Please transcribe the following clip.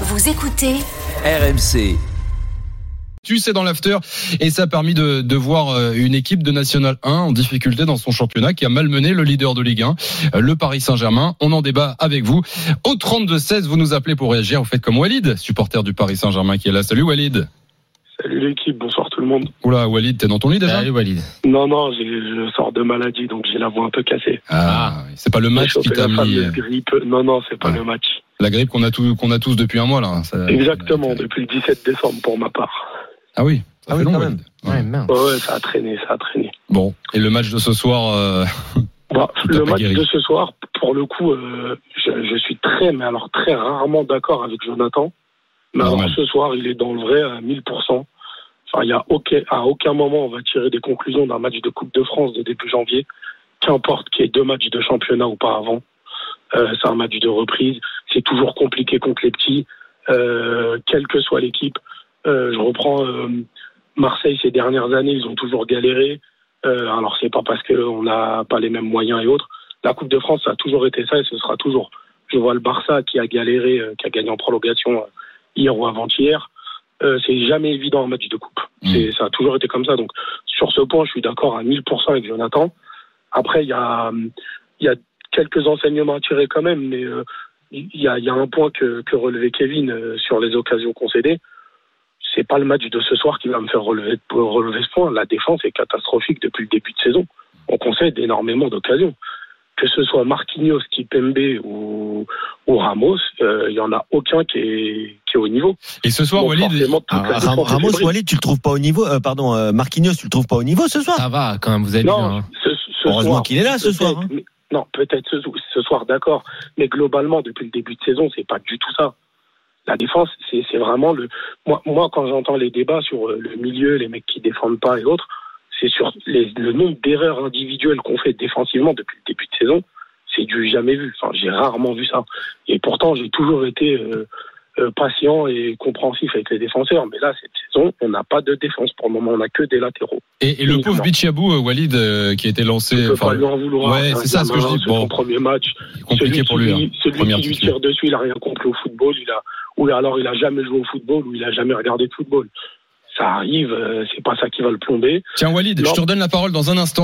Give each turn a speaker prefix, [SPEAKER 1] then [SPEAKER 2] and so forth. [SPEAKER 1] Vous écoutez
[SPEAKER 2] RMC.
[SPEAKER 3] Tu sais dans l'after et ça a permis de, de voir euh, une équipe de National 1 en difficulté dans son championnat qui a malmené le leader de Ligue 1, euh, le Paris Saint-Germain. On en débat avec vous. Au 32-16, vous nous appelez pour réagir. Vous faites comme Walid, supporter du Paris Saint-Germain qui est là. Salut Walid.
[SPEAKER 4] Salut l'équipe, bonsoir tout le monde.
[SPEAKER 3] Oula Walid, t'es dans ton lit déjà
[SPEAKER 5] Walid.
[SPEAKER 4] Non, non, j'ai- je sors de maladie, donc j'ai la voix un peu cassée.
[SPEAKER 3] Ah, c'est pas le
[SPEAKER 4] J'ai
[SPEAKER 3] match
[SPEAKER 4] chopé
[SPEAKER 3] qui t'a
[SPEAKER 4] la
[SPEAKER 3] mis
[SPEAKER 4] fameuse
[SPEAKER 3] euh,
[SPEAKER 4] grippe. Non, non, c'est pas
[SPEAKER 3] Ouais.
[SPEAKER 4] le match.
[SPEAKER 3] la grippe qu'on a, tous- qu'on a tous depuis un mois là. Ça-
[SPEAKER 4] Exactement, depuis le 17 décembre pour ma part.
[SPEAKER 3] Ah oui,
[SPEAKER 5] Ah
[SPEAKER 3] ça fait
[SPEAKER 5] oui,
[SPEAKER 3] long,
[SPEAKER 5] quand
[SPEAKER 3] Walid. Ouais.
[SPEAKER 5] Ouais, merde.
[SPEAKER 4] Ouais, ouais, ça a traîné, ça a traîné.
[SPEAKER 3] Bon, et le match de ce soir, euh,
[SPEAKER 4] Bah,
[SPEAKER 3] Tout à
[SPEAKER 4] le
[SPEAKER 3] fait
[SPEAKER 4] match
[SPEAKER 3] guéri.
[SPEAKER 4] de ce soir, pour le coup, euh, je, je suis très, mais alors très rarement d'accord avec Jonathan. Mais alors,
[SPEAKER 3] Normal.
[SPEAKER 4] ce soir, il est dans le vrai à 1000%. Enfin, il y a aucun, à aucun moment on va tirer des conclusions d'un match de Coupe de France de début janvier, qu'importe qu'il y ait deux matchs de championnat auparavant. Euh, c'est un match de reprise. C'est toujours compliqué contre les petits, euh, quelle que soit l'équipe. Euh, je reprends euh, Marseille ces dernières années, ils ont toujours galéré. Euh, alors c'est pas parce qu'on n'a pas les mêmes moyens et autres. La Coupe de France ça a toujours été ça et ce sera toujours. Je vois le Barça qui a galéré, euh, qui a gagné en prolongation euh, hier ou avant-hier. Euh, c'est jamais évident un match de coupe.
[SPEAKER 3] Mm.
[SPEAKER 4] C'est- Ça a toujours été comme ça. Donc sur ce point, je suis d'accord à 1000% avec Jonathan. Après, il y a, hum, il y a quelques enseignements à tirer quand même, mais euh, il y, a, il y a un point que, que relevait Kevin euh, sur les occasions concédées. C'est pas le match de ce soir qui va me faire relever, relever ce point. La défense est catastrophique depuis le début de saison. On concède énormément d'occasions. Que ce soit Marquinhos, Kipembe ou, ou Ramos, euh, il y en a aucun qui est, qui est au niveau.
[SPEAKER 3] et ce soir,
[SPEAKER 4] Donc,
[SPEAKER 3] Walid,
[SPEAKER 4] forcément, toute la
[SPEAKER 6] Ah,
[SPEAKER 4] défense
[SPEAKER 6] Ram-
[SPEAKER 4] est
[SPEAKER 6] Ramos,
[SPEAKER 4] fébrile.
[SPEAKER 6] Walid, tu le trouves pas au niveau. euh, pardon, euh, Marquinhos, tu le trouves pas au niveau ce soir.
[SPEAKER 5] Ça va quand même, vous avez vu.
[SPEAKER 4] Non,
[SPEAKER 5] hein.
[SPEAKER 4] ce, ce
[SPEAKER 6] Heureusement
[SPEAKER 4] soir,
[SPEAKER 6] qu'il est là ce soir. hein.
[SPEAKER 4] Peut-être, mais- non, peut-être ce, ce soir, d'accord. Mais globalement, depuis le début de saison, c'est pas du tout ça. La défense, c'est c'est vraiment le. Moi, moi quand j'entends les débats sur euh, le milieu, les mecs qui défendent pas et autres, c'est sur les- le nombre d'erreurs individuelles qu'on fait défensivement depuis le début de saison, c'est du jamais vu. Enfin, j'ai rarement vu ça. Et pourtant, j'ai toujours été euh, euh, patient et compréhensif avec les défenseurs. Mais là, cette saison, on n'a pas de défense pour le moment. On n'a que des latéraux.
[SPEAKER 3] et, et le pauvre
[SPEAKER 4] Uniquement.
[SPEAKER 3] Bichabou, euh, Walid, euh, qui a été lancé.
[SPEAKER 4] On peut
[SPEAKER 3] enfin,
[SPEAKER 4] pas lui en vouloir.
[SPEAKER 3] ouais,
[SPEAKER 4] un
[SPEAKER 3] c'est ça ce que
[SPEAKER 4] gamin,
[SPEAKER 3] je dis.
[SPEAKER 4] c'est son
[SPEAKER 3] Bon.
[SPEAKER 4] premier match.
[SPEAKER 3] compliqué
[SPEAKER 4] Celui
[SPEAKER 3] pour
[SPEAKER 4] qui
[SPEAKER 3] lui.
[SPEAKER 4] lui-
[SPEAKER 3] hein.
[SPEAKER 4] Celui
[SPEAKER 3] Première
[SPEAKER 4] qui lui
[SPEAKER 3] titulaire.
[SPEAKER 4] tire dessus, il a rien compris au football, il a, ou alors il a jamais joué au football, ou il a jamais regardé de football. Ça arrive, euh, c'est pas ça qui va le plomber.
[SPEAKER 3] Tiens Walid,
[SPEAKER 4] Non.
[SPEAKER 3] je te redonne la parole dans un instant.